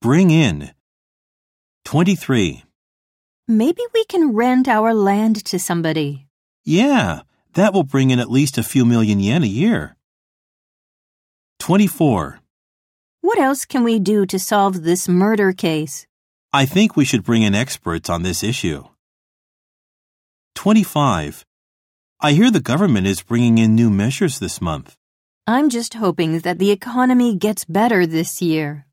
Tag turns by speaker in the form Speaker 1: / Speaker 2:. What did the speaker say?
Speaker 1: Bring in. 23.
Speaker 2: Maybe we can rent our land to somebody.
Speaker 1: Yeah, that will bring in at least a few million yen a year. 24.
Speaker 2: What else can we do to solve this murder case?
Speaker 1: I think we should bring in experts on this issue. 25. I hear the government is bringing in new measures this month.
Speaker 2: I'm just hoping that the economy gets better this year.